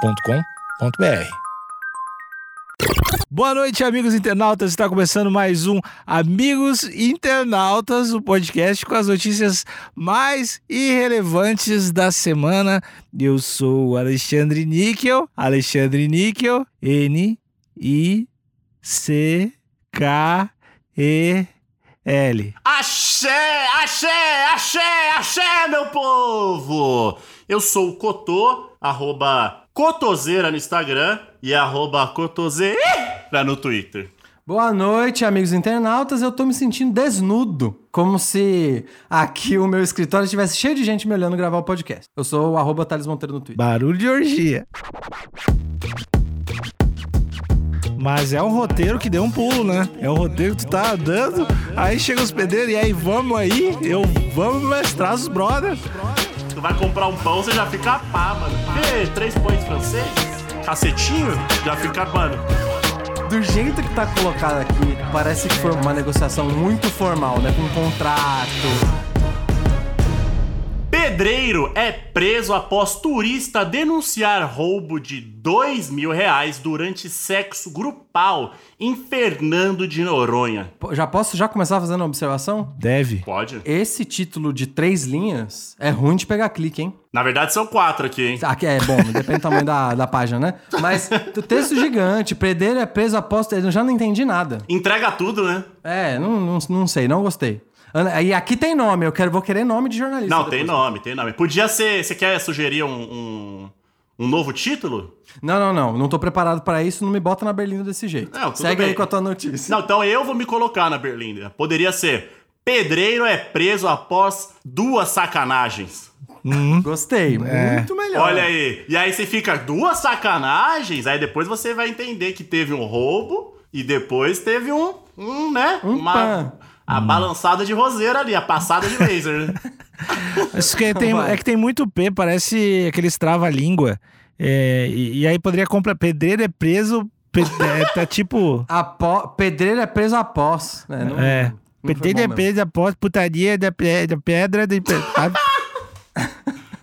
agenciadepodcast.com.br. Boa noite, amigos internautas. Está começando mais um Amigos Internautas, o podcast com as notícias mais irrelevantes da semana. Eu sou o Alexandre Níquel, Alexandre Níquel, N I C K E L. Axé, axé, axé, axé, meu povo! Eu sou o Cotô, arroba Cotoseira no Instagram e arroba Cotoseira no Twitter. Boa noite, amigos internautas. Eu tô me sentindo desnudo, como se aqui o meu escritório estivesse cheio de gente me olhando gravar o podcast. Eu sou o arroba Thales Monteiro no Twitter. Barulho de orgia. Mas é um roteiro que deu um pulo, né? É um roteiro que tu tá andando, aí chega os pedreiros e aí vamos aí, eu vamos mestrar os brothers. Tu vai comprar um pão, você já fica pá, mano. Ê, três pães franceses? Cacetinho? Já fica, mano. Do jeito que tá colocado aqui, parece que foi uma negociação muito formal, né? Com um contrato. Pedreiro é preso após turista denunciar roubo de dois mil reais durante sexo grupal em Fernando de Noronha. Pô, Já posso já começar fazendo uma observação? Deve. Pode? Esse título de três linhas é ruim de pegar clique, hein? Na verdade, são quatro aqui, hein? Aqui é bom, depende do tamanho da, da página, né? Mas o texto gigante, predeiro é preso após. Eu já não entendi nada. Entrega tudo, né? É, não, não, não sei, não gostei. Ana, E aqui tem nome, eu quero, vou querer nome de jornalista. Não, tem depois. nome, tem nome. Podia ser. Você quer sugerir um, um, um novo título? Não, não, não, não tô preparado pra isso, não me bota na berlinda desse jeito. Não, tudo Segue bem. aí com a tua notícia. Não, então eu vou me colocar na Berlinda. Poderia ser. Pedreiro é preso após duas sacanagens. Hum? Gostei, É. muito melhor. Olha aí. E aí você fica duas sacanagens, aí depois você vai entender que teve um roubo e depois teve um. Um, né? Um pan. A balançada de roseira ali, a passada de laser, né? Isso que tem, Vai. é que tem muito P, parece aqueles trava-língua. É, e, e aí poderia comprar. Pedreiro é preso, pe- é, tá tipo. Apo... Pedreiro é preso após. né? Não- É. não foi Pedreiro bom é mesmo. preso após putaria da, pe- da pedra. De, pe- sabe?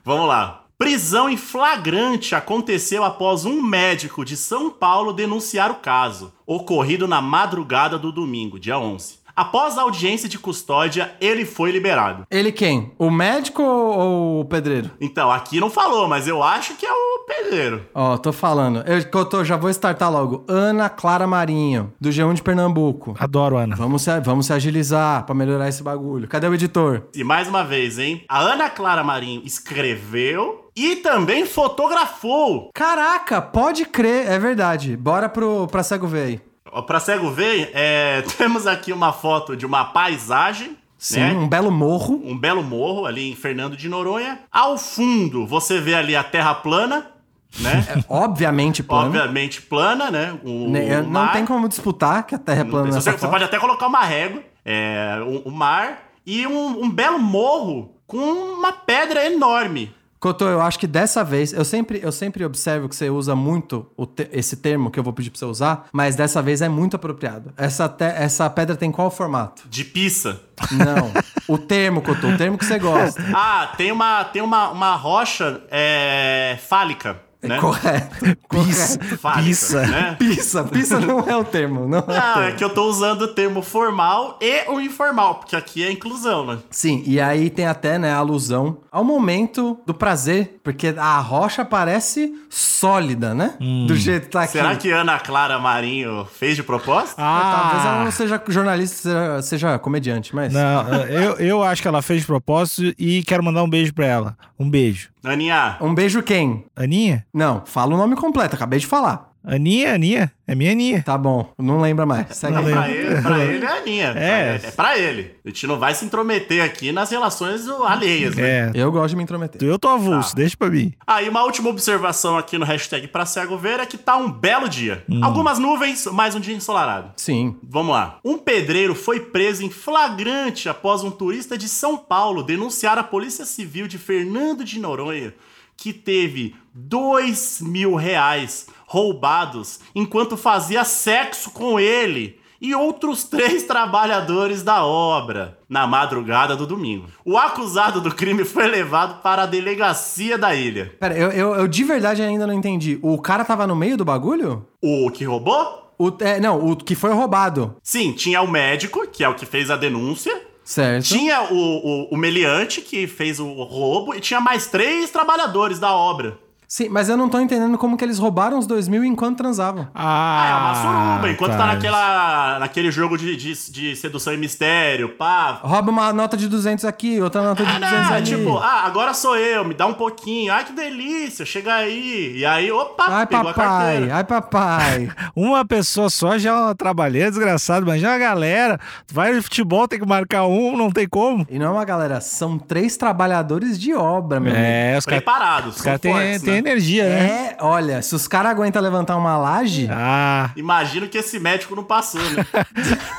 Vamos lá. Prisão em flagrante aconteceu após um médico de São Paulo denunciar o caso, ocorrido na madrugada do domingo, dia 11. Após a audiência de custódia, ele foi liberado. Ele quem? O médico ou o pedreiro? Então, aqui não falou, mas eu acho que é o pedreiro. Ó, tô falando. Eu, Cotô, já vou startar logo. Ana Clara Marinho, do G1 de Pernambuco. Adoro, Ana. Vamos se, vamos se agilizar pra melhorar esse bagulho. Cadê o editor? E mais uma vez, hein? A Ana Clara Marinho escreveu e também fotografou. Caraca, pode crer, é verdade. Bora pro, pra cego ver aí. Ó, Pra cego ver, é, temos aqui uma foto de uma paisagem, Sim, né? um belo morro. um belo morro ali em Fernando de Noronha. Ao fundo, você vê ali a terra plana, né? Obviamente É plano. Obviamente plana, né? O, Né, o Não mar. tem como disputar que a Terra é Não plana tem- nessa Você, você foto. pode até colocar uma régua, é, o, o mar e um, um belo morro com uma pedra enorme. Cotô, eu acho que dessa vez, eu sempre, eu sempre observo que você usa muito o te- esse termo que eu vou pedir pra você usar, mas dessa vez é muito apropriado. Essa, te- essa pedra tem qual formato? De pizza. Não. o termo, Cotô, o termo que você gosta. Ah, tem uma, tem uma, uma rocha é, fálica, né? Correto. Pis- correto. Fálica, Pizza. né? Pisa, pisa não é o termo, não é o Não, termo. é que eu tô usando o termo formal e o informal, porque aqui é inclusão, né? Sim, e aí tem até, né, a alusão ao momento do prazer, porque a rocha parece sólida, né? Hum. Do jeito que tá aqui. Será que Ana Clara Marinho fez de propósito? Talvez ela Ah, não seja jornalista, seja, seja comediante, mas... não, eu, eu acho que ela fez de propósito e quero mandar um beijo pra ela. Um beijo. Aninha, Um beijo quem? Aninha? Não, fala o nome completo, acabei de falar. Aninha, Aninha. É minha Aninha. Tá bom, não lembra mais. Segue Não aí. lembro. pra ele, pra ele é Aninha. É. É pra ele. A gente não vai se intrometer aqui nas relações alheias, né? É. Eu gosto de me intrometer. Eu tô avulso, deixa pra mim. Ah, e uma última observação aqui no hashtag pra cego ver é que tá um belo dia. Hum. Algumas nuvens, mais um dia ensolarado. Sim. Vamos lá. Um pedreiro foi preso em flagrante após um turista de São Paulo denunciar à Polícia Civil de Fernando de Noronha que teve dois mil reais roubados enquanto fazia sexo com ele e outros três trabalhadores da obra na madrugada do domingo. O acusado do crime foi levado para a delegacia da ilha. Pera, eu, eu, eu de verdade ainda não entendi. O cara tava no meio do bagulho? O que roubou? O, é, não, o que foi roubado. Sim, tinha o médico, que é o que fez a denúncia. Certo. Tinha o, o, o meliante, que fez o roubo. E tinha mais três trabalhadores da obra. Sim, mas eu não tô entendendo como que eles roubaram os dois mil enquanto transavam. Ah, é uma suruba. Enquanto tá, naquela, naquele jogo de, de, de sedução e mistério, pá. Rouba uma nota de 200 aqui, outra nota de Ah, 200 não, é ali. tipo, ah, agora sou eu, me dá um pouquinho. Ai, que delícia, chega aí. E aí, opa, ai, pegou a papai, Ah, carteira. ai, papai. Uma pessoa só já é uma trabalheira, desgraçado. Imagina a galera. Tu vai no futebol, tem que marcar um, não tem como. e não é uma galera, são três trabalhadores de obra, meu amigo. É, os caras Preparados, os são cara têm fortes, têm né? energia, né? É, olha, se os caras aguentam levantar uma laje, É. Ah, Imagino que esse médico não passou, né?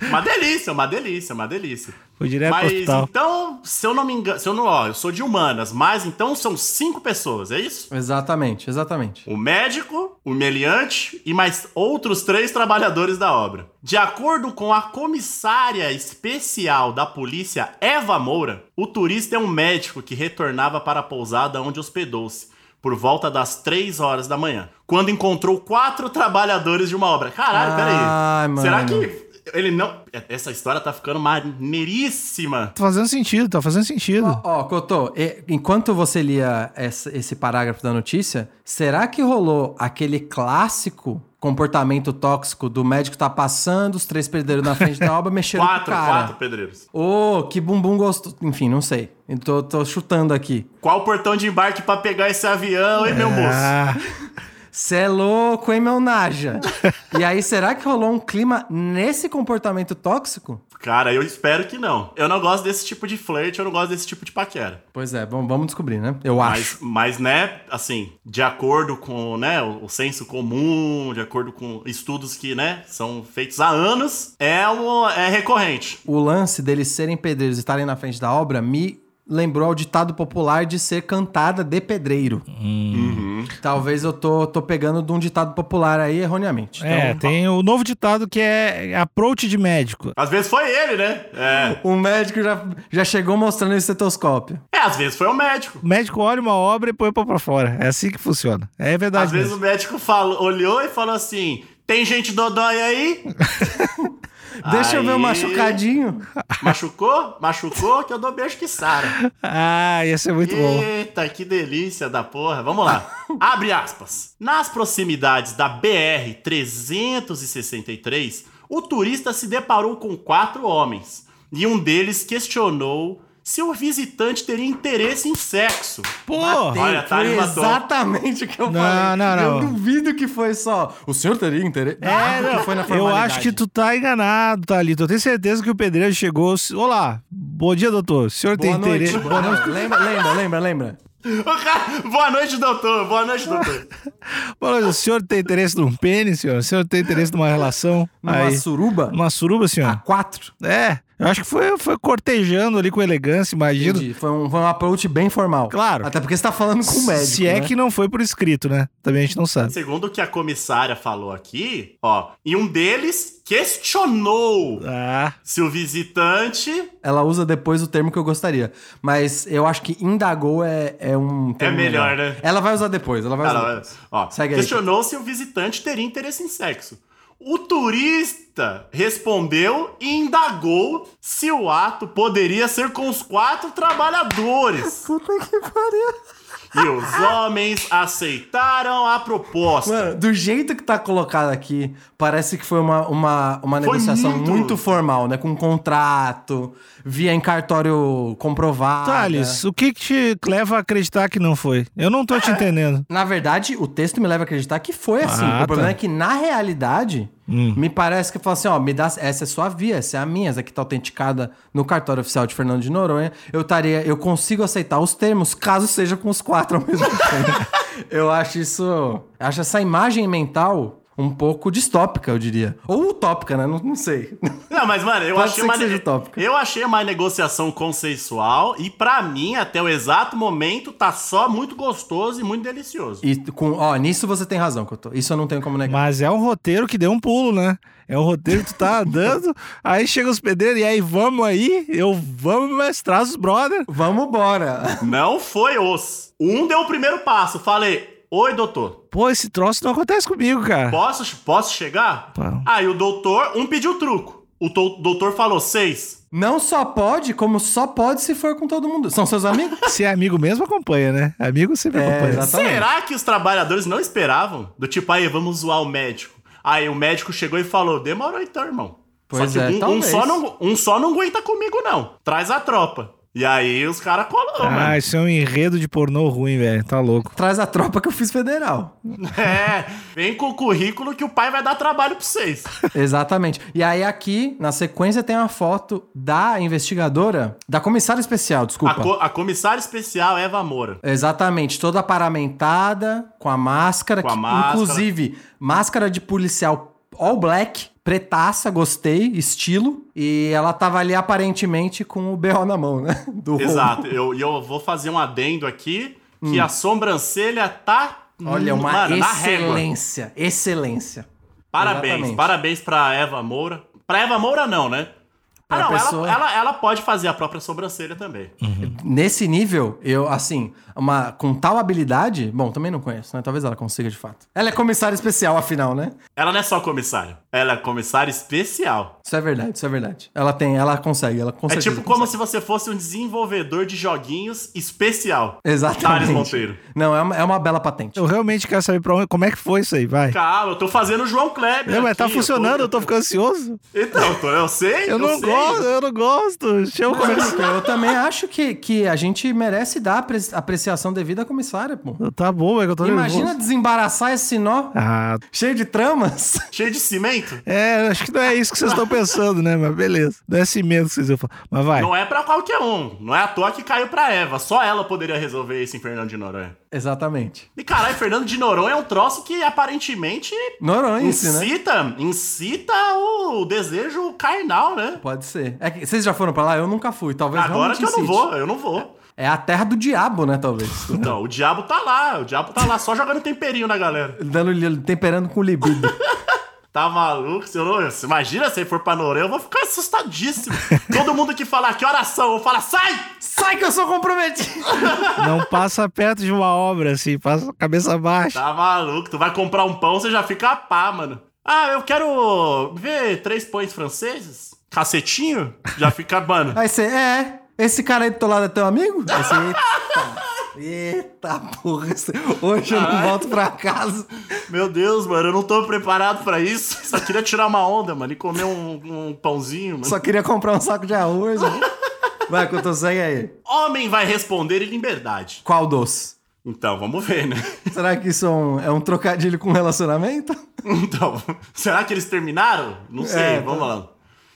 uma delícia, uma delícia, uma delícia. foi É direto pro mas hospital. então, se eu não me engano, se eu não, ó, eu sou de humanas, mas então são cinco pessoas, é isso? Exatamente, exatamente. O médico, o meliante e mais outros três trabalhadores da obra. De acordo com a comissária especial da polícia, Eva Moura, o turista é um médico que retornava para a pousada onde hospedou-se por volta das três horas da manhã, quando encontrou quatro trabalhadores de uma obra. Caralho, Ai, peraí. mano. Será que ele não. Essa história tá ficando maneiríssima. Tá fazendo sentido, tá fazendo sentido. Ó, ó, Cotô, e- enquanto você lia essa- esse parágrafo da notícia, será que rolou aquele clássico comportamento tóxico do médico tá passando, os três perderam na frente da obra, mexeram com o Quatro, cara? quatro pedreiros. Ô, que bumbum gostoso. Enfim, não sei. Eu Tô, tô chutando aqui. Qual o portão de embarque pra pegar esse avião, hein, meu moço? Ah, Cê é louco, hein, meu Naja? e aí, será que rolou um clima nesse comportamento tóxico? Cara, eu espero que não. Eu não gosto desse tipo de flerte, eu não gosto desse tipo de paquera. Pois é, vamos, vamos descobrir, né? Eu acho. Mas, mas, né, assim, de acordo com né, o, o senso comum, de acordo com estudos que, né, são feitos há anos, é, um, é recorrente. O lance deles serem pedreiros e estarem na frente da obra me lembrou ao ditado popular de ser cantada de pedreiro. Uhum. Talvez eu tô, tô pegando de um ditado popular aí erroneamente. Então, é, então tem o novo ditado que é approach de médico. Às vezes foi ele, né? É. O médico já, já chegou mostrando o estetoscópio. É, às vezes foi o médico. O médico olha uma obra e põe pra fora. É assim que funciona. É verdade. Às vezes mesmo. o médico falou, olhou e falou assim: tem gente dodói aí? Deixa eu ver o Aí, machucadinho. Machucou? Machucou que eu dou beijo que sara. Ah, ia ser muito bom. Eita, que delícia da porra. Vamos lá. Abre aspas. Nas proximidades da BR 363, o turista se deparou com quatro homens e um deles questionou se o visitante teria interesse em sexo. Pô! Olha, tá foi ali, matou. exatamente o que eu Não, falei. não, não. Eu duvido que foi só. O senhor teria interesse? É, Duvido não, que foi na eu formalidade. acho que tu tá enganado, Thalita. Eu tenho certeza que o pedreiro chegou. Olá, bom dia, doutor. O senhor Boa tem noite. interesse. Boa noite. Lembra, lembra, lembra, lembra. O cara- Boa noite, doutor. Boa noite, doutor. Boa noite. O senhor tem interesse num pênis, senhor? O senhor tem interesse numa relação? Numa Aí. suruba? Ah. Uma suruba, A senhor? quatro. É. Eu acho que foi, foi cortejando ali com elegância, imagino. Entendi. Foi um, foi um approach bem formal. Claro. Até porque você tá falando com o médico. Se é né? que não foi por escrito, né? Também a gente não sabe. Segundo o que a comissária falou aqui, ó, e um deles questionou Ah, se o visitante é Ela usa depois o termo que eu gostaria. Mas eu acho que indagou é, é um termo. melhor, né? Ela vai usar depois, ela vai usar. Cara, depois. ó, um- Segue aí. questionou se o visitante teria interesse em sexo. O turista respondeu e indagou se o ato poderia ser com os quatro trabalhadores. Puta que pariu. e os homens aceitaram a proposta. Mano, do jeito que tá colocado aqui, parece que foi uma, uma, uma Foi negociação muito- muito... formal, né? Com contrato, via em cartório comprovado. Thales, o que, que te leva a acreditar que não foi? Eu não tô te entendendo. Na verdade, o texto me leva a acreditar que foi assim. Ah, o problema tá. Hum. é que, na realidade, me parece que fala assim: ó, me dá. Essa é sua via, essa é a minha, essa aqui tá autenticada no cartório oficial de Fernando de Noronha. Eu estaria. Eu consigo aceitar os termos, caso seja com os quatro ao mesmo tempo. eu acho isso. Acho essa imagem mental um pouco distópica, eu diria. Ou utópica, né? Não, não sei. Não, mas, mano, eu Pode achei, ser uma, que seja utópico. eu achei uma negociação consensual e, pra mim, até o exato momento, tá só muito gostoso e muito delicioso. E com, ó, nisso você tem razão, Couto. Isso eu não tenho como negar. Mas é um roteiro que deu um pulo, né? É um roteiro que tu tá andando, aí chega os pedreiros, e aí vamos aí, eu vamos mestrar os brother. Vamos embora. Não foi os. Um deu o primeiro passo. Falei, oi, doutor, Pô, esse troço não acontece comigo, cara. posso, posso chegar? Pô. Aí o doutor, um pediu truco. O to- doutor falou seis. Não só pode, como só pode se for com todo mundo. São seus amigos? Se é amigo mesmo, acompanha, né? Amigo sempre É, acompanha. exatamente. Exatamente. Será que os trabalhadores não esperavam? Do tipo, aí, vamos zoar o médico. Aí o médico chegou e falou, demorou então, irmão. Pois só que é, um- um, talvez. só não, um só não aguenta comigo, não. Traz a tropa. E aí os caras colaram, mano. Ah, isso é um enredo de pornô ruim, velho. Tá louco. Traz a tropa que eu fiz federal. É, vem com o currículo que o pai vai dar trabalho pra vocês. Exatamente. E aí aqui, na sequência, tem uma foto da investigadora, da comissária especial, A, desculpa. co- a comissária especial Eva Moura. Exatamente, toda paramentada, com a máscara, Com a que, máscara. inclusive máscara de policial all black, pretaça, gostei, estilo. E ela tava ali aparentemente com o BO na mão, né? Do roubo. Exato. E eu, e eu vou fazer um adendo aqui, que Hum. a sobrancelha tá... Olha, uma mano, na régua. excelência, excelência. Parabéns, Exatamente. parabéns pra Eva Moura. Pra Eva Moura, não, né? Ah, Pra não, pessoa- ela, ela, ela pode fazer a própria sobrancelha também. Hum. Nesse nível, eu, assim, uma, com tal habilidade, bom, também não conheço, né? Talvez ela consiga de fato. Ela é comissária especial, afinal, né? Ela não é só comissária, ela é comissária especial. Isso é verdade, isso é verdade. Ela tem, ela consegue, ela consegue. é tipo como se você fosse um desenvolvedor de joguinhos especial. Thales Exatamente. Monteiro. Não, é uma, é uma bela patente. Eu realmente quero saber pra onde, como é que foi isso aí, vai. Calma, eu tô fazendo o João Kleber. Não, mas tá aqui, funcionando, eu tô- tô ficando ansioso. Então, eu tô- eu sei. Eu, não sei. gosto, eu não gosto. Chama o comercial. Eu também acho que, que a gente merece dar apre- apreciação devida à comissária, pô. Tá bom, é que eu tô Imagina nervoso. desembaraçar esse nó Ah, cheio de tramas. Cheio de cimento? é, acho que não é isso que vocês estão pensando, né? Mas beleza. Não é cimento que vocês vão falar. Mas vai. Não é pra qualquer um. Não é à toa que caiu pra Eva. Só ela poderia resolver isso em Fernando de Noronha. Exatamente. E caralho, Fernando de Noronha é um troço que aparentemente Noronha, esse, né? incita, incita o desejo carnal, né? Pode ser. É que- vocês já foram pra lá? Eu nunca fui. Talvez Agora realmente que eu não incite. vou, eu não vou. É a terra do diabo, né, talvez. Então, o diabo tá lá, o diabo tá lá só jogando temperinho na galera. Dando li- temperando com libido. Tá maluco? Se eu não, imagina se ele for pra Noronha, eu vou ficar assustadíssimo. Todo mundo que falar que oração, eu vou falar, sai! Sai que eu sou comprometido! é. Não passa perto de uma obra, assim, passa cabeça baixa. Tá maluco, tu vai comprar um pão, você já fica a pá, mano. Ah, eu quero ver três pães franceses? Cacetinho? Já fica, mano. Aí você, é, esse cara aí do teu lado é teu amigo? Aí você, eita, eita porra, esse- hoje eu não volto pra casa. Meu Deus, mano, eu não tô preparado pra isso. Só queria tirar uma onda, mano, e comer um, um pãozinho, mano. Só queria comprar um saco de arroz. né? Vai, que eu tô segue aí. Homem vai responder em liberdade. Qual doce? Então, vamos ver, né? Será que isso é um, é um trocadilho com relacionamento? Então, será que eles terminaram? Não sei, É, vamos lá.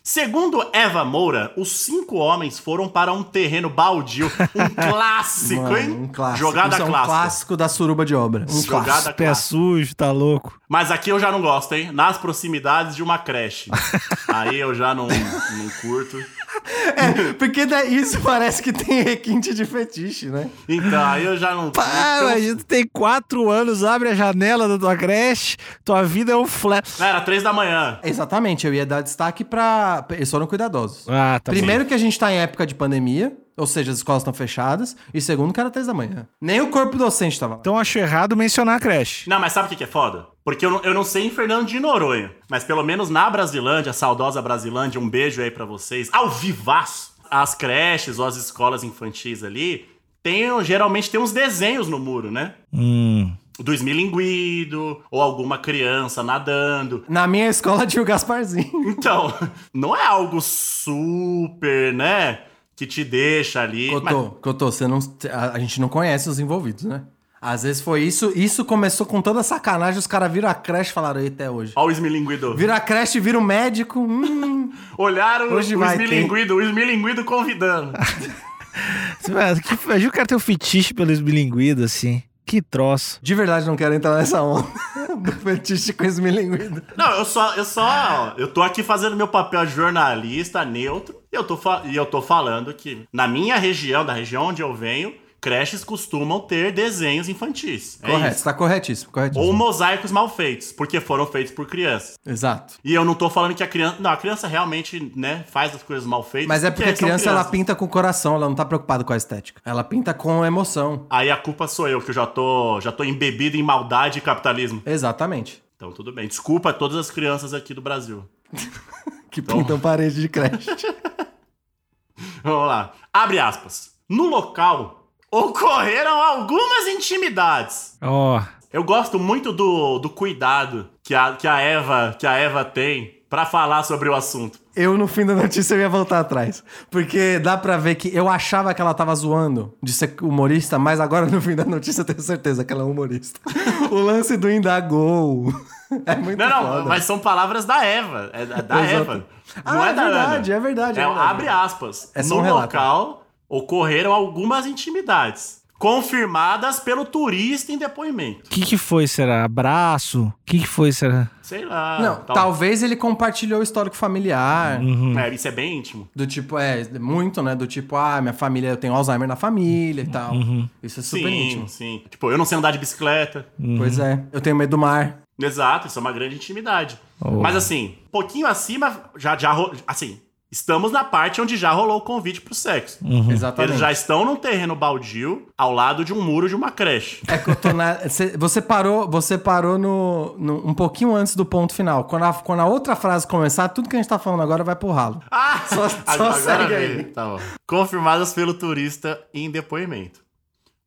Segundo Eva Moura, os cinco homens foram para um terreno baldio. Um clássico, Mano, hein? um clássico. Jogada isso é um clássica. clássico da suruba de obra. Um Jogada clássico. Pé clássica. sujo, tá louco. Mas aqui eu já não gosto, hein? Nas proximidades de uma creche. Aí eu já não, não curto. É, porque daí isso parece que tem requinte de fetiche, né? Então, aí eu já não. Pá, Então- imagina, tu tem quatro anos, abre a janela da tua creche, tua vida é um flash. Era três da manhã. Exatamente, eu ia dar destaque pra. Eles foram cuidadosos. Ah, tá Primeiro que a gente tá em época de pandemia, ou seja, as escolas estão fechadas. E segundo que era três da manhã. Nem o corpo docente tava lá. Então acho errado mencionar a creche. Não, mas sabe o que que é foda? Porque eu não, eu não sei em Fernando de Noronha, mas pelo menos na Brasilândia, saudosa Brasilândia, um beijo aí pra vocês. Ao vivaço! As creches ou as escolas infantis ali, tem, geralmente tem uns desenhos no muro, né? Hum. Do esmilinguido, ou alguma criança nadando. Na minha escola tinha o Gasparzinho. Então, não é algo super, né? Que te deixa ali. Cotô, Cotô, você não, a, a gente não conhece os envolvidos, né? Às vezes foi isso. Isso começou com toda sacanagem. Os caras viram a creche e falaram, eita, é hoje. Olha o esmilinguido. Vira a creche, vira o médico. Hum, Olharam o Hoje vai ter. esmilinguido, o esmilinguido convidando. Você vai- que- Imagina o cara ter um fetiche pelos bilinguidos, assim. Que que troço. De verdade, não quero entrar nessa onda do fetiche com esmilinguido. Não, eu só, eu só, eu tô aqui fazendo meu papel de jornalista neutro e eu tô, fa- e eu tô falando que na minha região, da região onde eu venho, creches costumam ter desenhos infantis. É Correto, isso. está corretíssimo, corretíssimo. Ou mosaicos mal feitos, porque foram feitos por crianças. Exato. E eu não tô falando que a criança. Não, a criança realmente, né, faz as coisas mal feitas. Mas é porque são a criança ela crianças. pinta com o coração, ela não tá preocupada com a estética. Ela pinta com emoção. Aí a culpa sou eu, que eu já tô, já tô embebido em maldade e capitalismo. Exatamente. Então tudo bem. Desculpa a todas as crianças aqui do Brasil. Que um pintam parede de creche. Vamos lá. Abre aspas. No local ocorreram algumas intimidades. Ó, Eu gosto muito do, do cuidado que a, que a Eva que a Eva tem pra falar sobre o assunto. Eu, no fim da notícia, eu ia voltar atrás. Porque dá pra ver que eu achava que ela tava zoando de ser humorista, mas agora, no fim da notícia, eu tenho certeza que ela é humorista. o lance do indagou. É muito Não, não, foda. mas são palavras da Eva. É da, da Exato. Eva. Não Ah, é, é da verdade, Ana. é verdade, é É, verdade. abre aspas. É só no um relato. local ocorreram algumas intimidades. Confirmadas pelo turista em depoimento. o que que foi, será? Abraço? O que que foi, será? Sei lá. Não, tal- talvez ele compartilhou o histórico familiar. É, isso é bem íntimo. Do tipo, é, muito, né? Do tipo, ah, minha família, eu tenho Alzheimer na família e tal. Isso é super Uhum. sim, Uhum. íntimo. sim. Tipo, eu não sei andar de bicicleta. Pois é, eu tenho medo do mar. Exato, isso é uma grande intimidade. Oh. Mas assim, um pouquinho acima, já, já ro- assim, estamos na parte onde já rolou o convite pro sexo. Hum. Exatamente. Eles já estão num terreno baldio, ao lado de um muro de uma creche. É que eu tô na. cê- Você parou, você parou no, no- um pouquinho antes do ponto final. Quando a, quando a outra frase começar, tudo que a gente tá falando agora vai pro ralo. Ah, Só- só segue aí. Tá bom. Confirmadas pelo turista em depoimento.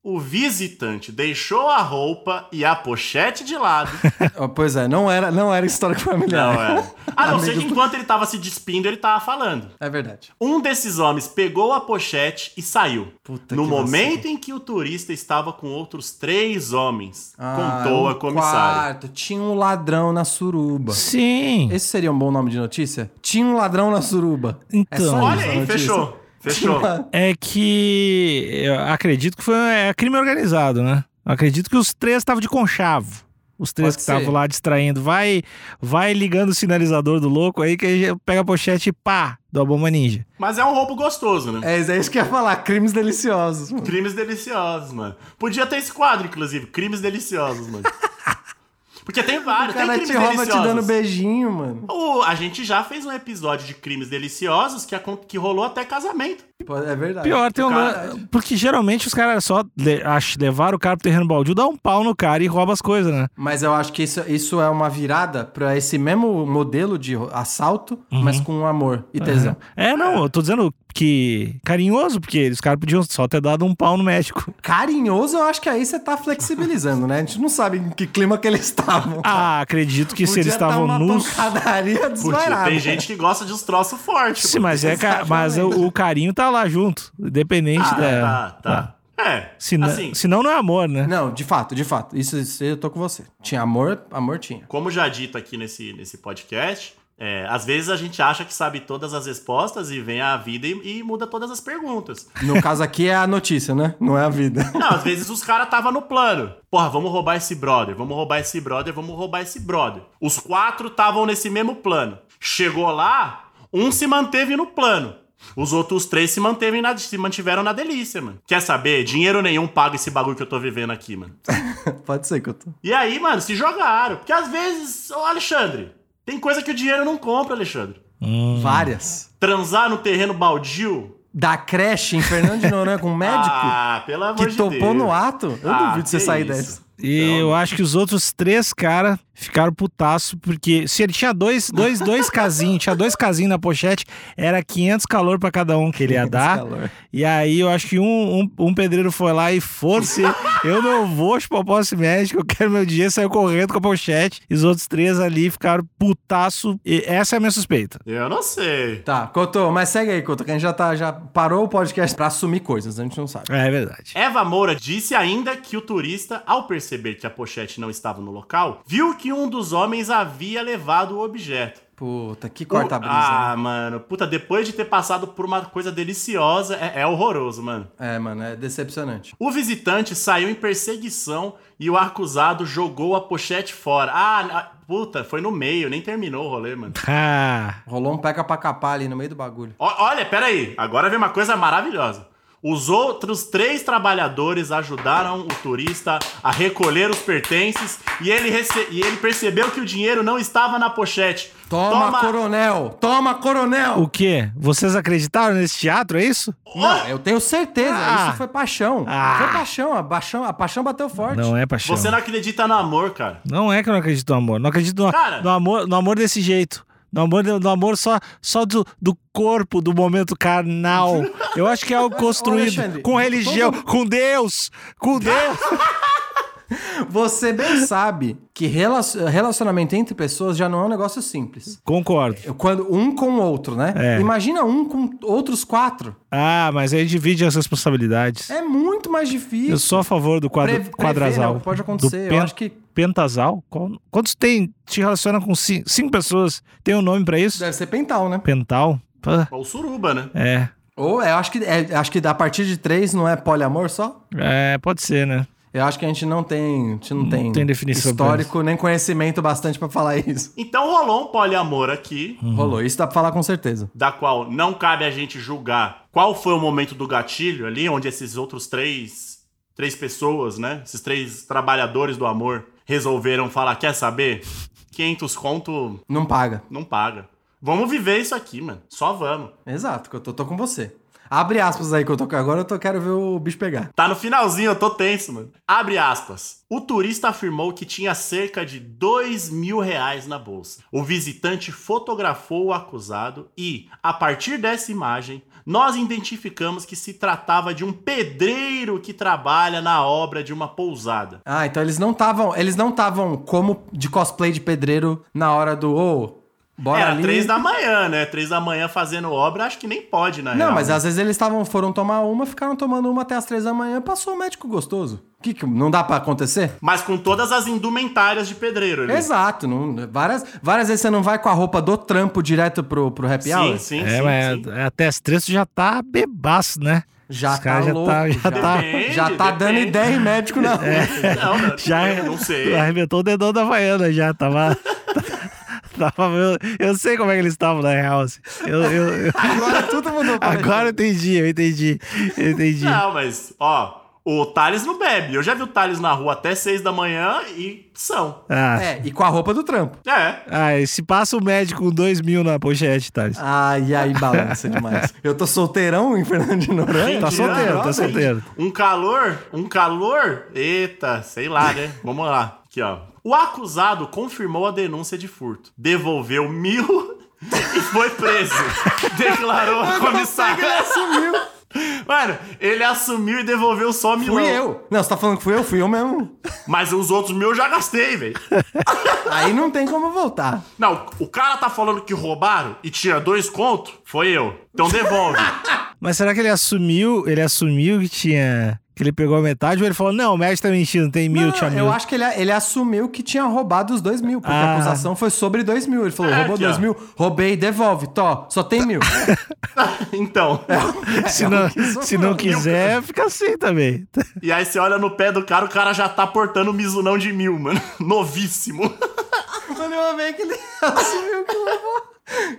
O visitante deixou a roupa e a pochete de lado. Oh, pois é, não era, não era histórico Não, familiar. é. A não ser Amigo- que enquanto ele tava se despindo, ele tava falando. É verdade. Um desses homens pegou a pochete e saiu. Puta no que momento em que o turista estava com outros três homens, Ah, contou um a comissária. Quarto, tinha um ladrão na suruba. Sim. Esse seria um bom nome de notícia? Tinha um ladrão na suruba. Então. Olha a aí, notícia. fechou. Fechou. É que eu acredito que foi é crime organizado, né? Eu acredito que os três estavam de conchavo. Os três Pode que ser. estavam lá distraindo. Vai vai ligando o sinalizador do louco aí que aí já pega a pochete e pá, do Abomba Ninja. Mas é um roubo gostoso, né? É, é isso que eu ia falar, crimes deliciosos. mano. Crimes deliciosos, mano. Podia ter esse quadro, inclusive. Crimes deliciosos, mano. Porque tem O vários, tem cara crimes te rouba te dando deliciosos. beijinho, mano. O- a gente já fez um episódio de crimes deliciosos que, acon- que rolou até casamento. Pô, É verdade. Pior, tem um cara- lan- Porque geralmente os caras só le- ach- levaram o cara pro terreno baldio, dá um pau no cara e rouba as coisas, né? Mas eu acho que isso, isso é uma virada pra esse mesmo modelo de ro- assalto, Uhum. mas com um amor e tesão. É, não, eu tô dizendo que carinhoso, porque os caras podiam só ter dado um pau no México. Carinhoso, eu acho que aí você tá flexibilizando, né? A gente não sabe em que clima que eles estavam. Ah, acredito que se eles Podia tá estavam uma nus. pancadaria Porque desvairada. tem gente que gosta de uns troços fortes. é Sim, mas, é, ca- mas o, o carinho tá lá junto, independente Ah, da... tá, tá. É, Se não, assim, se não, não é amor, né? Não, de fato, de fato. Isso, isso eu tô com você. Tinha amor, amor tinha. como já dito aqui nesse, nesse podcast, é, às vezes a gente acha que sabe todas as respostas e vem a vida e, e muda todas as perguntas. No caso aqui é a notícia, né? Não é a vida. Não, às vezes os caras tava no plano. Porra, vamos roubar esse brother, vamos roubar esse brother, vamos roubar esse brother. Os quatro estavam nesse mesmo plano. Chegou lá, um se manteve no plano. Os outros três se, manteve na, se mantiveram na delícia, mano. Quer saber? Dinheiro nenhum paga esse bagulho que eu tô vivendo aqui, mano. Pode ser que eu tô. E aí, mano, se jogaram. Porque às vezes, ô Alexandre, tem coisa que o dinheiro não compra, Alexandre. Hum. Várias. Transar no terreno baldio? Da creche em Fernando de Noronha com um médico Ah, pelo amor que de Deus. topou no ato. Eu Ah, duvido você que sair isso. dessa. E então. eu acho que os outros três caras ficaram putaço, porque se ele tinha dois, dois, dois casinhos, tinha dois casinhos na pochete, era 500 calor pra cada um que ele ia dar. calor. E aí eu acho que um, um, um pedreiro foi lá e força, eu não vou chupar o posse médico, eu quero meu dinheiro, saiu correndo com a pochete. E os outros três ali ficaram putaço. E essa é a minha suspeita. Eu não sei. Tá, Couto, mas segue aí, Couto, que a gente já, tá, já parou o podcast pra assumir coisas, a gente não sabe. É verdade. Eva Moura disse ainda que o turista, ao perceber que a pochete não estava no local, viu que que um dos homens havia levado o objeto. Puta, que corta-brisa. Ah, mano. Puta, depois de ter passado por uma coisa deliciosa, é, é horroroso, mano. né? É, mano, é decepcionante. O visitante saiu em perseguição e o acusado jogou a pochete fora. Ah, na- puta, foi no meio, nem terminou o rolê, mano. Ah, Rolou um pega pra capar ali no meio do bagulho. Ó- Olha, peraí, agora vem uma coisa maravilhosa. Os outros três trabalhadores ajudaram o turista a recolher os pertences e ele, rece- e ele percebeu que o dinheiro não estava na pochete. Toma, coronel! Toma, coronel! o quê? Vocês acreditaram nesse teatro, é isso? Não, eu tenho certeza, Ah. isso foi paixão. Ah. Foi paixão, a paixão, a paixão bateu forte. Não é paixão. Você não acredita no amor, cara. Não é que eu não acredito no amor. Não acredito no, Cara. no amor, no amor desse jeito. No amor, no amor só, só do, do corpo, do momento carnal. Eu acho que é algo construído Alexandre, com religião, todo- com Deus, com Deus. Você bem sabe que rela- relacionamento entre pessoas já não é um negócio simples. Concordo. Eu- Quando um com o outro, né? É. Imagina um com outros quatro. Ah, mas aí divide as responsabilidades. É muito mais difícil. Eu sou a favor do quadra, Preve- prever, quadrasal. não, pode Do acontecer. pen- Eu acho que Pentasal? Qual- Quantos tem? Te relaciona com ci- cinco, pessoas? Tem um nome pra isso? deve ser pental, né? Pental? Pá, Ou suruba, né? É, Ou eu acho que é, acho que a partir de três não é poliamor só? é, pode ser, né? Eu acho que a gente não tem, a gente não, tem, Hum, tem definição pra histórico nem conhecimento bastante pra falar isso. Então rolou um poliamor aqui, Uhum. Rolou, isso dá pra falar com certeza. da qual não cabe a gente julgar qual foi o momento do gatilho ali, onde esses outros três, três pessoas, né? Esses três trabalhadores do amor resolveram falar, quer saber? 500 conto Não paga. não paga. Vamos viver isso aqui, mano. Só vamos. Exato, que eu tô, tô com você. Abre aspas aí que eu tô agora, eu tô, quero ver o bicho pegar. Tá no finalzinho, eu tô tenso, mano. Abre aspas. O turista afirmou que tinha cerca de 2 mil reais na bolsa. O visitante fotografou o acusado e, a partir dessa imagem, nós identificamos que se tratava de um pedreiro que trabalha na obra de uma pousada. Ah, então eles não estavam, eles não estavam como de cosplay de pedreiro na hora do ô, bora Era ali. É, três da manhã, né? Três da manhã fazendo obra, acho que nem pode, na Não, real, mas né? às vezes eles estavam, foram tomar uma, ficaram tomando uma até as três da manhã, passou um médico gostoso. Que, que não dá pra acontecer? Mas com todas as indumentárias de pedreiro ali. Exato, não- várias, várias vezes você não vai com a roupa do trampo direto pro, pro happy Sim, hour. sim, é, sim, mas sim. até as três tu já tá bebaço, né? Já Os tá caras já louco, tá- já já, tá- já tá Depende, É. dando depende. ideia em médico na rua. Não, não, Já é. não sei. arrebentou o dedão da Havaiana já, tava... tava eu, eu sei como é que eles estavam na real. assim. Eu, eu- eu- Agora tudo mudou. pra agora eu entendi, eu entendi, eu entendi. Não, mas, ó, o Thales não bebe. Eu já vi o Thales na rua até seis da manhã e são. Ah, É, e com a roupa do trampo. É. ah, e se passa o médico com dois mil na pochete, Ah. Thales. Ai, ai, balança demais. Eu tô solteirão em Fernando de Noronha? tá Gente, solteiro, ah, tá gente, solteiro. Um calor, um calor. Eita, sei lá, né? Vamos lá. Aqui, ó. O acusado confirmou a denúncia de furto. Devolveu mil e foi preso. Declarou a né? comissária. Sumiu. Mano, ele assumiu e devolveu só milão. Fui eu. Não, você tá falando que fui eu? Fui eu mesmo. Mas os outros mil eu já gastei, velho. Aí não tem como voltar. Não, o cara tá falando que roubaram e tira dois contos? Foi eu. Então devolve. Mas será que ele assumiu, ele assumiu que tinha... Que ele pegou a metade ou ele falou, não, o médico tá mentindo, tem mil, Não, tinha mil. eu acho que ele, ele assumiu que tinha roubado os dois mil, porque Ah. a acusação foi sobre dois mil. Ele falou, É, roubou aqui, dois ó. mil, roubei, devolve, tó, só tem mil. Então. se não, se um não quiser, fica assim também. E aí você olha no pé do cara, o cara já tá portando um mizunão de mil, mano. Novíssimo. Mano, eu amei é que ele assumiu que roubou.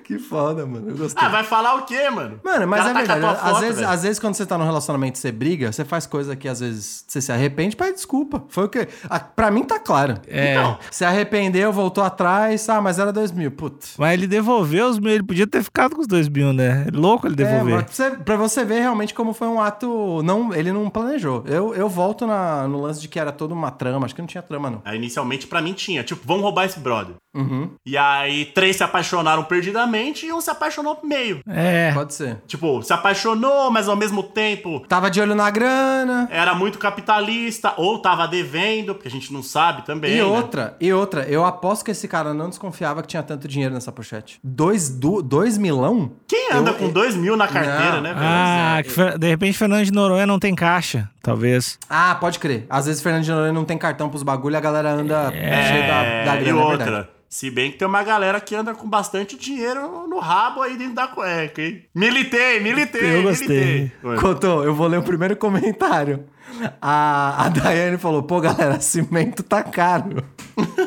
Que foda, mano, eu gostei. Ah, vai falar o quê, mano? Mano, O mas cara tá é com a verdade. tua às, foto, vezes, velho. às vezes, quando você tá num relacionamento e você briga, você faz coisa que às vezes você se arrepende, pede desculpa. Foi o que. Ah, Pra mim tá claro. É. Então, Se arrependeu, voltou atrás, ah, mas era dois mil, putz. Mas ele devolveu os mil, ele podia ter ficado com os dois mil, né? É louco ele É, devolver. mas pra você, pra você ver realmente como foi um ato. Não, ele não planejou. Eu, eu volto na- no lance de que era toda uma trama, acho que não tinha trama, não. Aí, inicialmente pra mim tinha, tipo, vamos roubar esse brother. Uhum. E aí três se apaixonaram por perdidamente e um se apaixonou por meio. É. Pode ser. Tipo, se apaixonou, mas ao mesmo tempo Tava de olho na grana. era muito capitalista ou tava devendo, porque a gente não sabe também. E né? outra, e outra, eu aposto que esse cara não desconfiava que tinha tanto dinheiro nessa pochete. Dois, du, dois milão? Quem anda Eu- com dois mil na carteira, Não. né, velho? Ah, que Fer- de repente Fernando de Noronha não tem caixa, talvez. Ah, pode crer. Às vezes Fernando de Noronha não tem cartão pros bagulho e a galera anda cheia da, É, da grana. e é outra. verdade. se bem que tem uma galera que anda com bastante dinheiro no rabo aí dentro da cueca, hein? Militei, militei, Eu gostei. militei. Cotô, eu vou ler o primeiro comentário. A, a Daiane falou: pô, galera, cimento tá caro.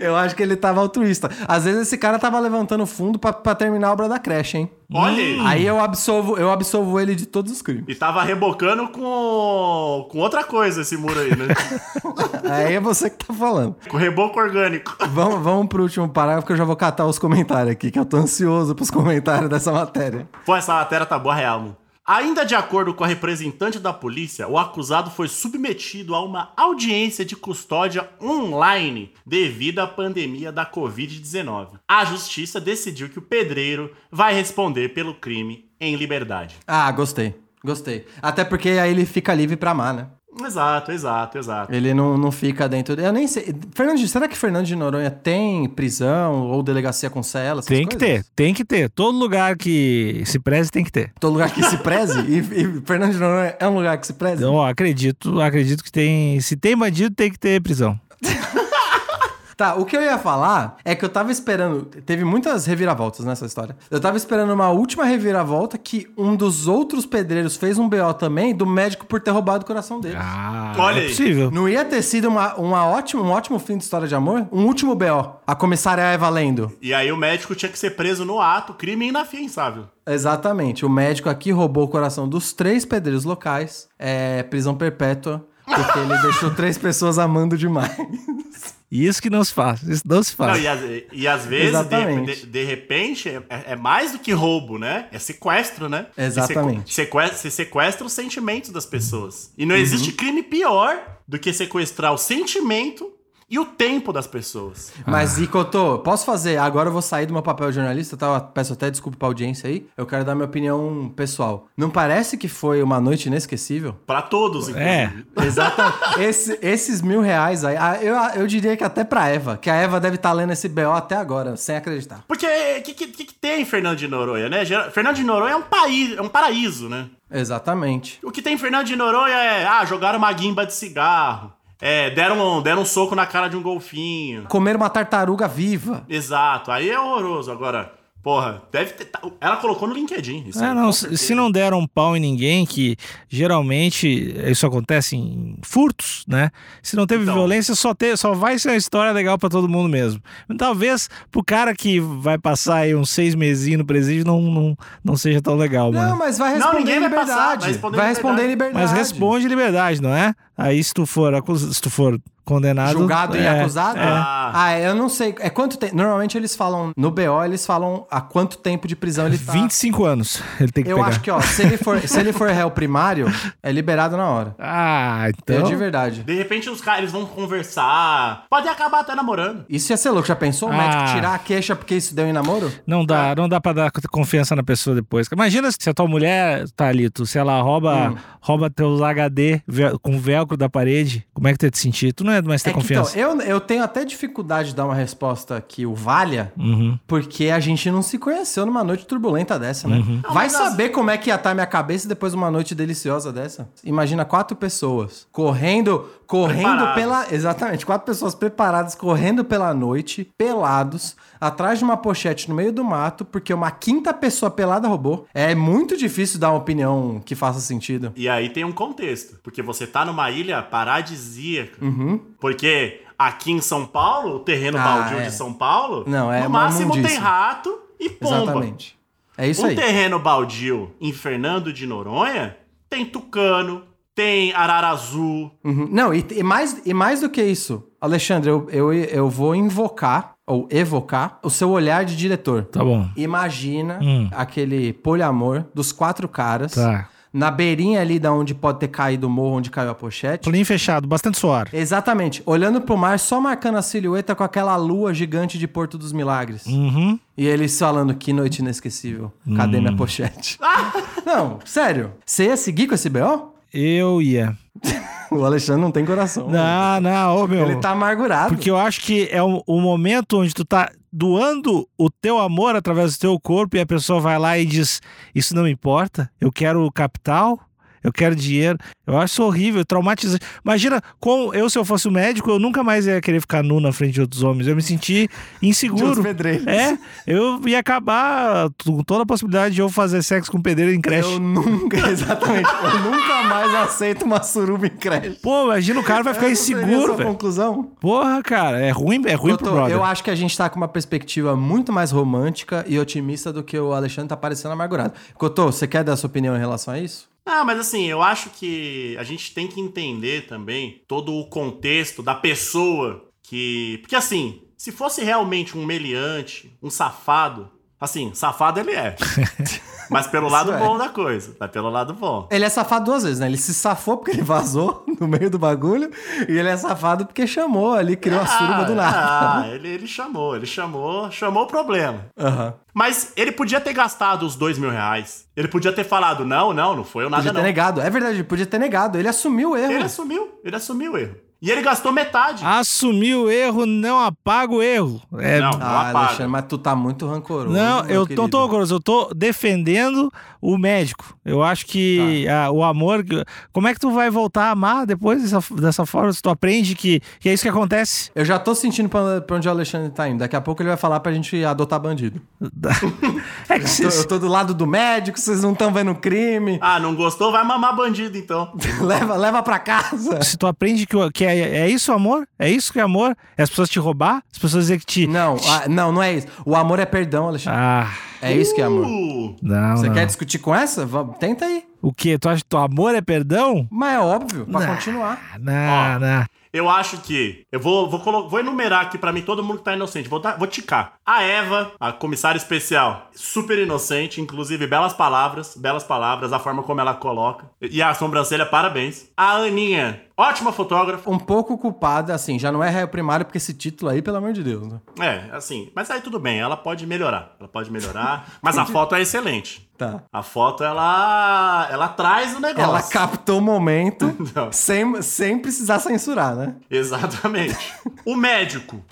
eu acho que ele tava altruísta. Às vezes esse cara tava levantando fundo pra, pra terminar a obra da creche, hein? Olha aí. Aí eu absolvo, eu absolvo ele de todos os crimes. E tava rebocando com, com outra coisa esse muro aí, né? Aí é você que tá falando. com reboco orgânico. Vamos, vamos pro último parágrafo que eu já vou catar os comentários aqui, que eu tô ansioso pros comentários dessa matéria. Pô, essa matéria tá boa real, mano. Ainda de acordo com a representante da polícia, o acusado foi submetido a uma audiência de custódia online devido à pandemia da Covid-19. A justiça decidiu que o pedreiro vai responder pelo crime em liberdade. Ah, gostei. Gostei. Até porque aí ele fica livre pra amar, né? Exato, exato, exato. Ele não, não fica dentro. Eu nem sei. Fernando, de- será que Fernando de Noronha tem prisão ou delegacia com cela? essas Tem que coisas? ter, tem que ter. Todo lugar que se preze tem que ter. Todo um lugar que se preze? e, e Fernando de Noronha é um lugar que se preze? Então, ó, acredito, acredito que tem. Se tem bandido, tem que ter prisão. Tá, o que eu ia falar é que eu tava esperando. Teve muitas reviravoltas nessa história. Eu tava esperando uma última reviravolta que um dos outros pedreiros fez um BO também do médico por ter roubado o coração dele. Ah, é Olha aí. possível. Não ia ter sido uma, uma ótima, um ótimo fim de história de amor? Um último BO. A comissária Eva lendo. E aí o médico tinha que ser preso no ato, crime inafiançável. Exatamente. O médico aqui roubou o coração dos três pedreiros locais. É prisão perpétua. Porque ele deixou três pessoas amando demais. Isso que não se faz, isso não se Não, faz. e, às, e às vezes, de, Exatamente. de- de repente, é, é mais do que roubo, né? É sequestro, né? Exatamente. Uhum. Você sequestra, você sequestra os sentimentos das pessoas. E não existe crime pior do que sequestrar o sentimento e o tempo das pessoas. Mas, e Cotô, posso fazer? Agora eu vou sair do meu papel de jornalista, tá? Eu Peço até desculpa pra audiência aí. Eu quero dar minha opinião pessoal. Não parece que foi uma noite inesquecível? Pra todos, É. inclusive. Exatamente. Esse- esses mil reais aí. ah, Eu, eu diria que até pra Eva, que a Eva deve estar lendo esse BO até agora, sem acreditar. Porque o que, que, que que tem em Fernando de Noronha, né? Geral- Fernando de Noronha é um país, é um paraíso, né? Exatamente. O que tem em Fernando de Noronha é, ah, jogaram uma guimba de cigarro, é, deram, um- deram um soco na cara de um golfinho. Comer uma tartaruga viva. Exato, aí é horroroso. Agora, porra, deve ter. tá- Ela colocou no LinkedIn. Isso É, Ah, aí, não, com se certeza. se não deram um pau em ninguém, que geralmente isso acontece em furtos, né? Se não teve Então. violência, só, te, só vai ser uma história legal pra todo mundo mesmo. Talvez pro cara que vai passar aí uns seis meses no presídio não, não, não seja tão legal, Não, é mano. mas vai Não, responder ninguém em vai liberdade. passar, vai responder em em liberdade. Mas responde liberdade, não é? Aí se tu for, acus- se tu for condenado... Julgado e é, acusado? É. Ah. Ah, eu não sei. É quanto tempo. Normalmente eles falam. No BO, eles falam há quanto tempo de prisão ele tá. 25 anos ele tem que Eu pegar. acho que, ó, se ele, for, se ele for réu primário, é liberado na hora. Ah, Eu então... de verdade. De repente os caras eles vão conversar. Pode acabar até namorando. Isso ia ser louco. Já pensou o Ah. médico tirar a queixa porque isso deu em namoro? Não Ah. dá, não dá pra dar confiança na pessoa depois. cara. Imagina se a tua mulher, tá Thalito, se ela Hum. rouba, rouba teus HD ve- com velcro da parede, como é que tu ia te sentir? Tu não é mais ter É que, então, confiança. eu, eu tenho até dificuldade de dar uma resposta que o valha, Uhum. porque a gente não se conheceu numa noite turbulenta dessa, né? Uhum. Vai Não, mas as- saber como é que ia estar minha cabeça depois de uma noite deliciosa dessa? Imagina quatro pessoas correndo, correndo Preparadas. pela. Exatamente, quatro pessoas preparadas, correndo pela noite, pelados, atrás de uma pochete no meio do mato, porque uma quinta pessoa pelada roubou. É muito difícil dar uma opinião que faça sentido. E aí tem um contexto. Porque você tá numa ilha paradisíaca. Uhum, Porque aqui em São Paulo, o terreno Ah, baldio é. de São Paulo, Não, é no uma máximo tem imundícia. rato e pomba. Exatamente. É isso um aí. terreno baldio em Fernando de Noronha tem tucano, tem arara azul. Uhum. Não, e, e mais, e mais do que isso, Alexandre, eu, eu, eu vou invocar ou evocar o seu olhar de diretor. Tá bom. Imagina Hum. aquele poliamor dos quatro caras. Tá. na beirinha ali da onde pode ter caído o morro, onde caiu a pochete. Olhinho fechado, bastante suor. Exatamente, olhando pro mar, só marcando a silhueta com aquela lua gigante de Porto dos Milagres. Uhum. E eles falando que noite inesquecível. Cadê Hum. minha pochete? Não, sério. Você ia seguir com esse BO? Eu ia. O Alexandre não tem coração. Não, não, ô meu. Ele tá amargurado. Porque eu acho que é o, o momento onde tu tá doando o teu amor através do teu corpo e a pessoa vai lá e diz: Isso não me importa, eu quero capital. Eu quero dinheiro. Eu acho isso horrível, traumatizante. Imagina, como eu, se eu fosse um médico, eu nunca mais ia querer ficar nu na frente de outros homens. Eu me senti inseguro. pedreiros. É, eu ia acabar com toda a possibilidade de eu fazer sexo com pedreiro em creche. Eu nunca, exatamente. eu nunca mais aceito uma suruba em creche. Pô, imagina o cara vai ficar Essa seria a sua inseguro, velho. conclusão? Porra, cara, é ruim, é ruim pro Doutor, brother. eu acho que a gente tá com uma perspectiva muito mais romântica e otimista do que o Alexandre tá parecendo amargurado. Cotô, você quer dar sua opinião em relação a isso? Ah, mas assim, eu acho que a gente tem que entender também todo o contexto da pessoa que. Porque assim, se fosse realmente um meliante, um safado. Assim, safado ele é. mas pelo Isso lado é. bom da coisa. Mas pelo lado bom. Ele é safado duas vezes, né? Ele se safou porque ele vazou no meio do bagulho e ele é safado porque chamou ali, criou a suruba do nada. Ah, ele, ele chamou, ele chamou, chamou o problema. Aham. Mas ele podia ter gastado os dois mil reais. Ele podia ter falado, não, não, não foi eu nada Podia ter não. negado. É verdade, ele podia ter negado. Ele assumiu o erro. né? Ele assumiu, ele assumiu o erro. E ele gastou metade. Ah. Assumir o erro não apaga o erro. É, Não, não, não Ah, apaga. Alexandre, mas tu tá muito rancoroso. eu meu não tô querido. horroroso, eu tô defendendo o médico. Eu acho que Tá. ah, o amor. Como é que tu vai voltar a amar depois dessa, dessa forma? Se tu aprende que, que é isso que acontece? Eu já tô sentindo pra pra onde o Alexandre tá indo. Daqui a pouco ele vai falar pra gente adotar bandido. É que Tô- se- eu tô do lado do médico, vocês não estão vendo crime. Ah, não gostou? Vai mamar bandido então. leva, leva pra casa. se tu aprende que, o- que é, é isso o amor, é isso que é amor, é as pessoas te roubar, as pessoas dizer que te. Não, ah, não, não é isso. O amor é perdão, Alexandre. Ah, É isso que é amor. Uh, não. Você não. quer discutir com essa? Vam- Tenta aí. O quê? Tu acha que teu amor é perdão? Mas é óbvio, pra continuar. Ah, Não, Ó. não. eu acho que. Eu vou, vou, colo- vou enumerar aqui pra mim todo mundo que tá inocente. Vou, dar- vou ticar. A Eva, a comissária especial, super inocente, inclusive belas palavras, belas palavras, a forma como ela coloca. E a sobrancelha, parabéns. A Aninha, ótima fotógrafa. Um pouco culpada, assim, já não é réu primário, porque esse título aí, pelo amor de Deus. Né? É, assim, mas aí tudo bem, ela pode melhorar. Ela pode melhorar, mas a foto é excelente. Tá. A foto, ela. Ela traz o negócio. Ela captou o momento Não. sem, sem precisar censurar, né? Exatamente. o médico,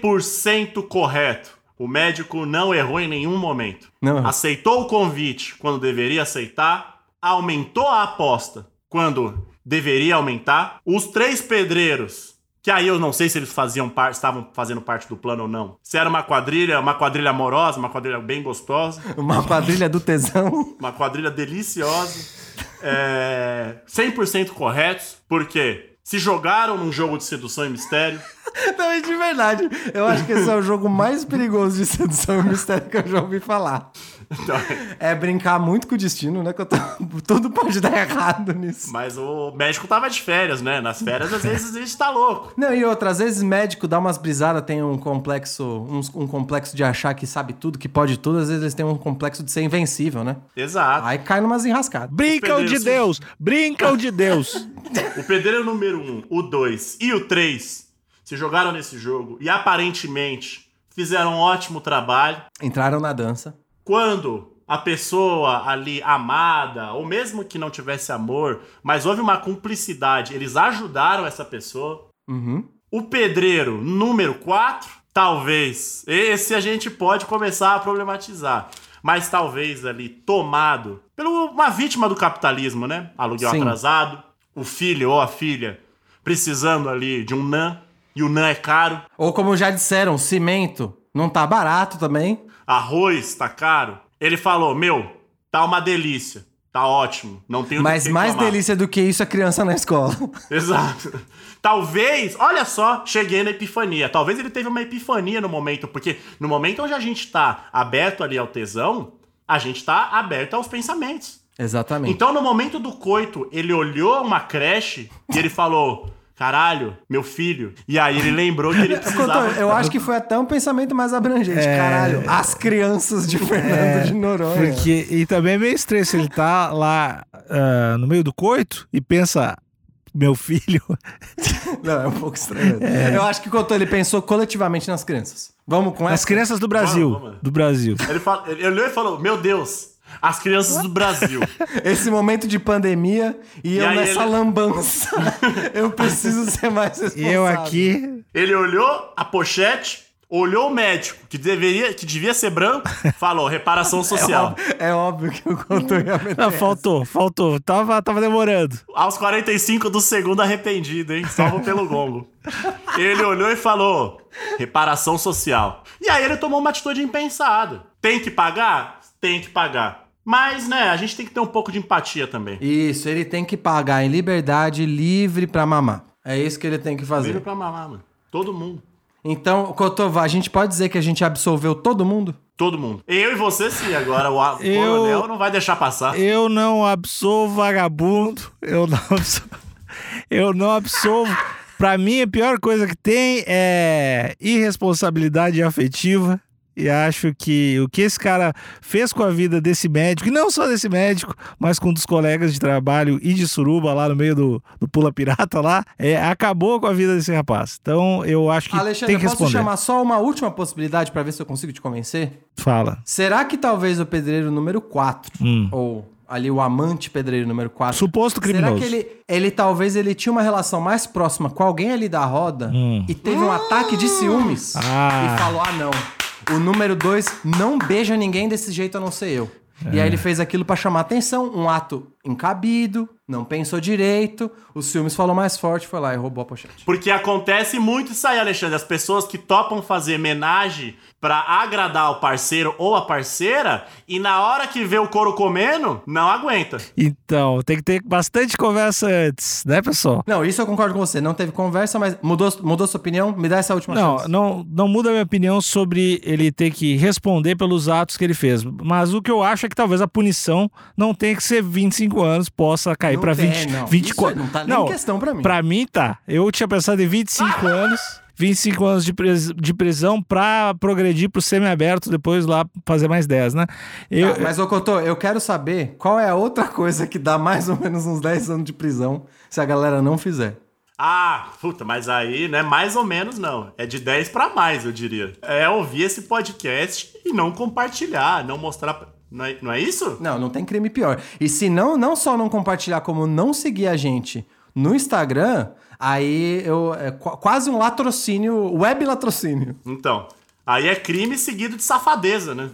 100% correto. O médico não errou em nenhum momento. Não errou. Aceitou o convite quando deveria aceitar, aumentou a aposta quando deveria aumentar. Os três pedreiros, que aí eu não sei se eles faziam parte, estavam fazendo parte do plano ou não. Se era uma quadrilha, uma quadrilha amorosa, uma quadrilha bem gostosa. Uma quadrilha do tesão. Uma quadrilha deliciosa. É, 100% corretos, porque se jogaram num jogo de sedução e mistério. Não, de verdade. Eu acho que esse é o jogo mais perigoso de sedução e mistério que eu já ouvi falar. Então, É brincar muito com o destino, né? Que eu tô... Tudo pode dar errado nisso. mas o médico tava de férias, né? Nas férias, às vezes, a gente tá louco. Não, e outras vezes médico dá umas brisadas, tem um complexo, uns- um, complexo de achar que sabe tudo, que pode tudo, às vezes eles têm um complexo de ser invencível, né? Exato. Aí cai numas enrascadas. Brincam de Pedreiros. Deus! Brincam de Deus! O pedreiro número 1, um, o 2 e o 3 se jogaram nesse jogo e aparentemente fizeram um ótimo trabalho. Entraram na dança. Quando a pessoa ali amada, ou mesmo que não tivesse amor, mas houve uma cumplicidade, eles ajudaram essa pessoa. Uhum. O pedreiro número 4, talvez. Esse a gente pode começar a problematizar. Mas talvez ali tomado por uma vítima do capitalismo, né? Aluguel Sim. atrasado, o filho ou a filha precisando ali de um NAN, e o NAN é caro, Ou como já disseram, cimento não tá barato também. arroz tá caro. Ele falou: Meu, tá uma delícia, tá ótimo, não tenho do Mas que mais reclamar." delícia do que isso é criança na escola. Exato. Talvez, olha só, cheguei na epifania. Talvez ele teve uma epifania no momento, porque no momento onde a gente tá aberto ali ao tesão, a gente tá aberto aos pensamentos. Exatamente. Então, no momento do coito, ele olhou uma creche e ele falou: Caralho, meu filho. E aí ele lembrou que ele precisava. Couto, eu acho que foi até um pensamento mais abrangente. Caralho, É, as crianças de Fernando de Noronha. Porque, e também é meio estranho se ele tá lá ah, no meio do coito e pensa, meu filho, Não, é um pouco estranho. mesmo. Eu acho que quando ele pensou coletivamente nas crianças. Vamos com as essa? crianças do Brasil, Vamos, vamos. do Brasil. Ele, fala, ele olhou e falou: Meu Deus, as crianças do Brasil. Esse momento de pandemia e, E eu aí nessa ele- lambança. eu preciso ser mais responsável. Eu aqui, Ele olhou a pochete, olhou o médico, que deveria, que devia ser branco, falou: reparação social. É óbvio que o conto ia ah, meter. faltou, faltou, tava, tava demorando. Aos 45 do segundo arrependido, hein? Salvo pelo gongo. Ele olhou e falou: reparação social. E aí ele tomou uma atitude impensada. Tem que pagar? Tem que pagar. Mas, né, a gente tem que ter um pouco de empatia também. Isso, ele tem que pagar em liberdade, livre pra mamar. É isso que ele tem que Vira fazer. pra mamar, mano. Todo mundo. Então, Cotová, a gente pode dizer que a gente absolveu todo mundo? Todo mundo. Eu e você, sim. Agora o a- Eu- coronel não vai deixar passar. Eu não absolvo vagabundo, eu não absolvo. Eu não absolvo. Pra mim, a pior coisa que tem é irresponsabilidade afetiva. E acho que o que esse cara fez com a vida desse médico, e não só desse médico, mas com um dos colegas de trabalho e de suruba lá no meio do, do Pula Pirata lá, é, acabou com a vida desse rapaz. Então eu acho que Alexandre, tem que posso responder. chamar só uma última possibilidade pra ver se eu consigo te convencer? Fala. Será que talvez o pedreiro número 4, Hum. ou ali o amante pedreiro número 4, Suposto será criminoso. que ele, ele talvez ele tinha uma relação mais próxima com alguém ali da roda Hum. e teve um ataque de ciúmes Ah. e falou: ah, não. O número 2 não beija ninguém desse jeito a não ser eu. E É. aí ele fez aquilo pra chamar atenção, um ato encabido, não pensou direito, o ciúmes falou mais forte, foi lá e roubou a pochete. Porque acontece muito isso aí, Alexandre. As pessoas que topam fazer homenagem pra agradar o parceiro ou a parceira e na hora que vê o couro comendo, não aguenta. Então, tem que ter bastante conversa antes, né, pessoal? Não, isso eu concordo com você, não teve conversa, mas mudou, mudou sua opinião? Me dá essa última Não, chance. não, não muda a minha opinião sobre ele ter que responder pelos atos que ele fez. Mas o que eu acho é que talvez a punição não tenha que ser 25 anos, possa cair Não para tem, 20, não. 24. Isso não tá nem questão pra mim. Ah! Pra mim tá. Eu tinha pensado em 25 anos. 25 anos de, pris- de prisão pra progredir pro semiaberto, depois lá fazer mais 10, né? Eu, Tá, mas, ô Cotô, eu quero saber qual é a outra coisa que dá mais ou menos uns 10 anos de prisão se a galera não fizer. Ah, puta, mas aí, né? Mais ou menos não. É de 10 pra mais, eu diria. É ouvir esse podcast e não compartilhar, não mostrar. pra- Não é, não é isso? Não, não tem crime pior. E se não, não só não compartilhar, como não seguir a gente no Instagram, aí eu. É qu- quase um latrocínio, web latrocínio. Então. Aí é crime seguido de safadeza, né?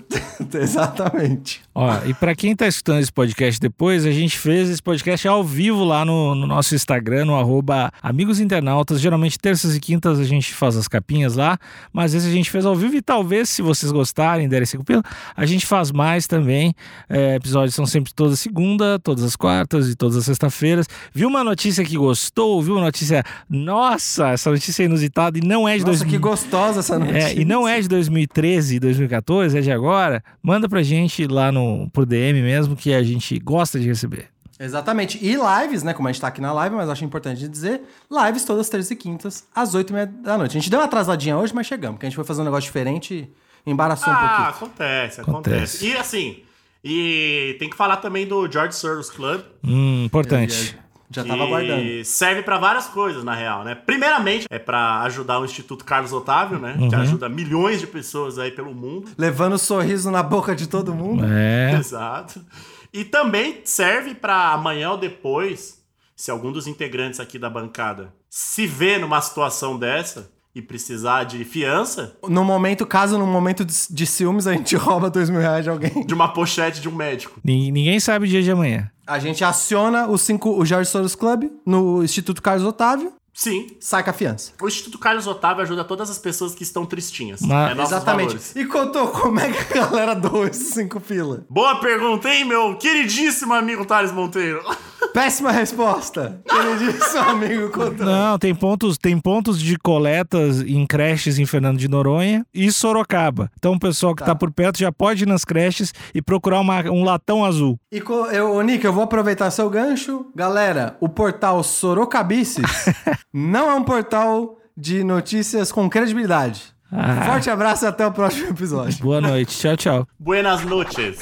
Exatamente. Ó, e pra quem tá escutando esse podcast depois, a gente fez esse podcast ao vivo lá no, no nosso Instagram, no arroba Amigos Internautas. Geralmente terças e quintas a gente faz as capinhas lá, mas esse a gente fez ao vivo e talvez, se vocês gostarem, derem cinco pila, a gente faz mais também. É, episódios são sempre toda segunda, todas as quartas e todas as sextas-feiras. Viu uma notícia que gostou? Viu uma notícia, nossa, essa notícia é inusitada e não é de Nossa, 2000. que gostosa essa notícia. É, e não é de 2013, 2014, é de agora. Manda pra gente lá no por DM mesmo que a gente gosta de receber. Exatamente. E lives, né? Como a gente tá aqui na live, mas acho importante dizer, lives todas as terças e quintas, às oito e meia da noite. A gente deu uma atrasadinha hoje, mas chegamos, porque a gente foi fazer um negócio diferente e embaraçou um ah, pouquinho. acontece, acontece, Acontece. E assim. E tem que falar também do George Soros Club, Hum, importante. Já tava que aguardando. serve pra várias coisas, na real, né? Primeiramente, é pra ajudar o Instituto Carlos Otávio, né? Uhum. Que ajuda milhões de pessoas aí pelo mundo. Levando sorriso na boca de todo mundo. É. Exato. E também serve pra amanhã ou depois, se algum dos integrantes aqui da bancada se vê numa situação dessa e precisar de fiança, No momento, caso no momento de, de ciúmes a gente rouba dois mil reais de alguém, de uma pochete de um médico. Nin- Ninguém sabe o dia de amanhã. a gente aciona o, cinco, o Jorge Soros Club no Instituto Carlos Otávio, Sim. saca a fiança. O Instituto Carlos Otávio ajuda todas as pessoas que estão tristinhas. Mas- É nossos Exatamente. valores. E contou como é que a galera doa esses cinco pila? Boa pergunta, hein, meu queridíssimo amigo Thales Monteiro? Péssima resposta. Ele disse, seu amigo contou. Não, tem pontos, tem pontos de coletas em creches em Fernando de Noronha e Sorocaba. Então o pessoal que tá, por perto já pode ir nas creches e procurar uma- um latão azul. E co- eu, ô, Nick, eu vou aproveitar seu gancho. Galera, o portal Sorocabices não é um portal de notícias com credibilidade. Ah. Forte abraço e até o próximo episódio. Boa noite. Tchau, tchau. Buenas noches.